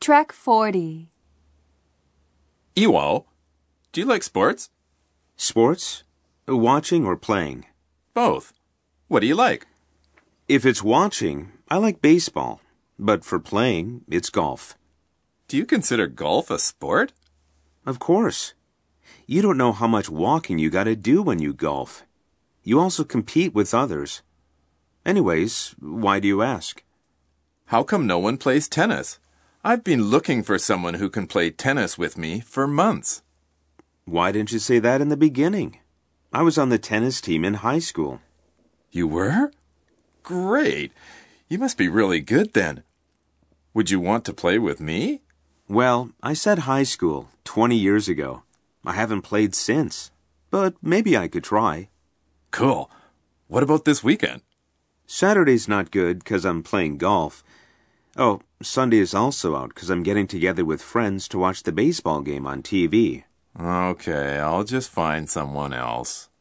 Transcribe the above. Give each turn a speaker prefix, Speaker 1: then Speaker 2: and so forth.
Speaker 1: Track 40.
Speaker 2: Ewald, do you like sports?
Speaker 3: Sports? Watching or playing?
Speaker 2: Both. What do you like?
Speaker 3: If it's watching, I like baseball. But for playing, it's golf.
Speaker 2: Do you consider golf a sport?
Speaker 3: Of course. You don't know how much walking you gotta do when you golf. You also compete with others. Anyways, why do you ask?
Speaker 2: How come no one plays tennis? I've been looking for someone who can play tennis with me for months.
Speaker 3: Why didn't you say that in the beginning? I was on the tennis team in high school.
Speaker 2: You were? Great. You must be really good then. Would you want to play with me?
Speaker 3: Well, I said high school 20 years ago. I haven't played since, but maybe I could try.
Speaker 2: Cool. What about this weekend?
Speaker 3: Saturday's not good 'cause I'm playing golf. Oh, Sunday is also out 'cause I'm getting together with friends to watch the baseball game on TV.
Speaker 2: Okay, I'll just find someone else.